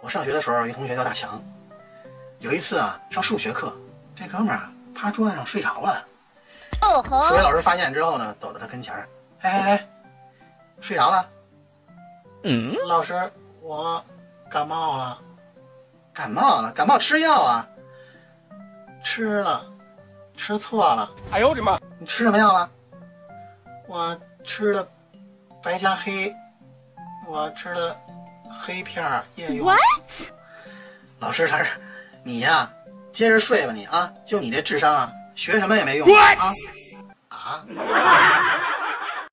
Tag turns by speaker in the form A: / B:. A: 我上学的时候，一同学叫大强，有一次啊，上数学课，这哥们儿啊趴桌子上睡着了。
B: 哦
A: 数学
B: 吼，
A: 老师发现之后呢，走到他跟前儿，哎哎哎，睡着了？
C: 嗯，
A: 老师，我感冒了。感冒了？感冒吃药啊？吃了，吃错了。
C: 哎呦我的妈！
A: 你吃什么药了？我吃的白加黑，我吃的黑片儿夜用。
B: What？
A: 老师，他是你呀、接着睡吧你啊！就你这智商啊，学什么也没用啊！啊！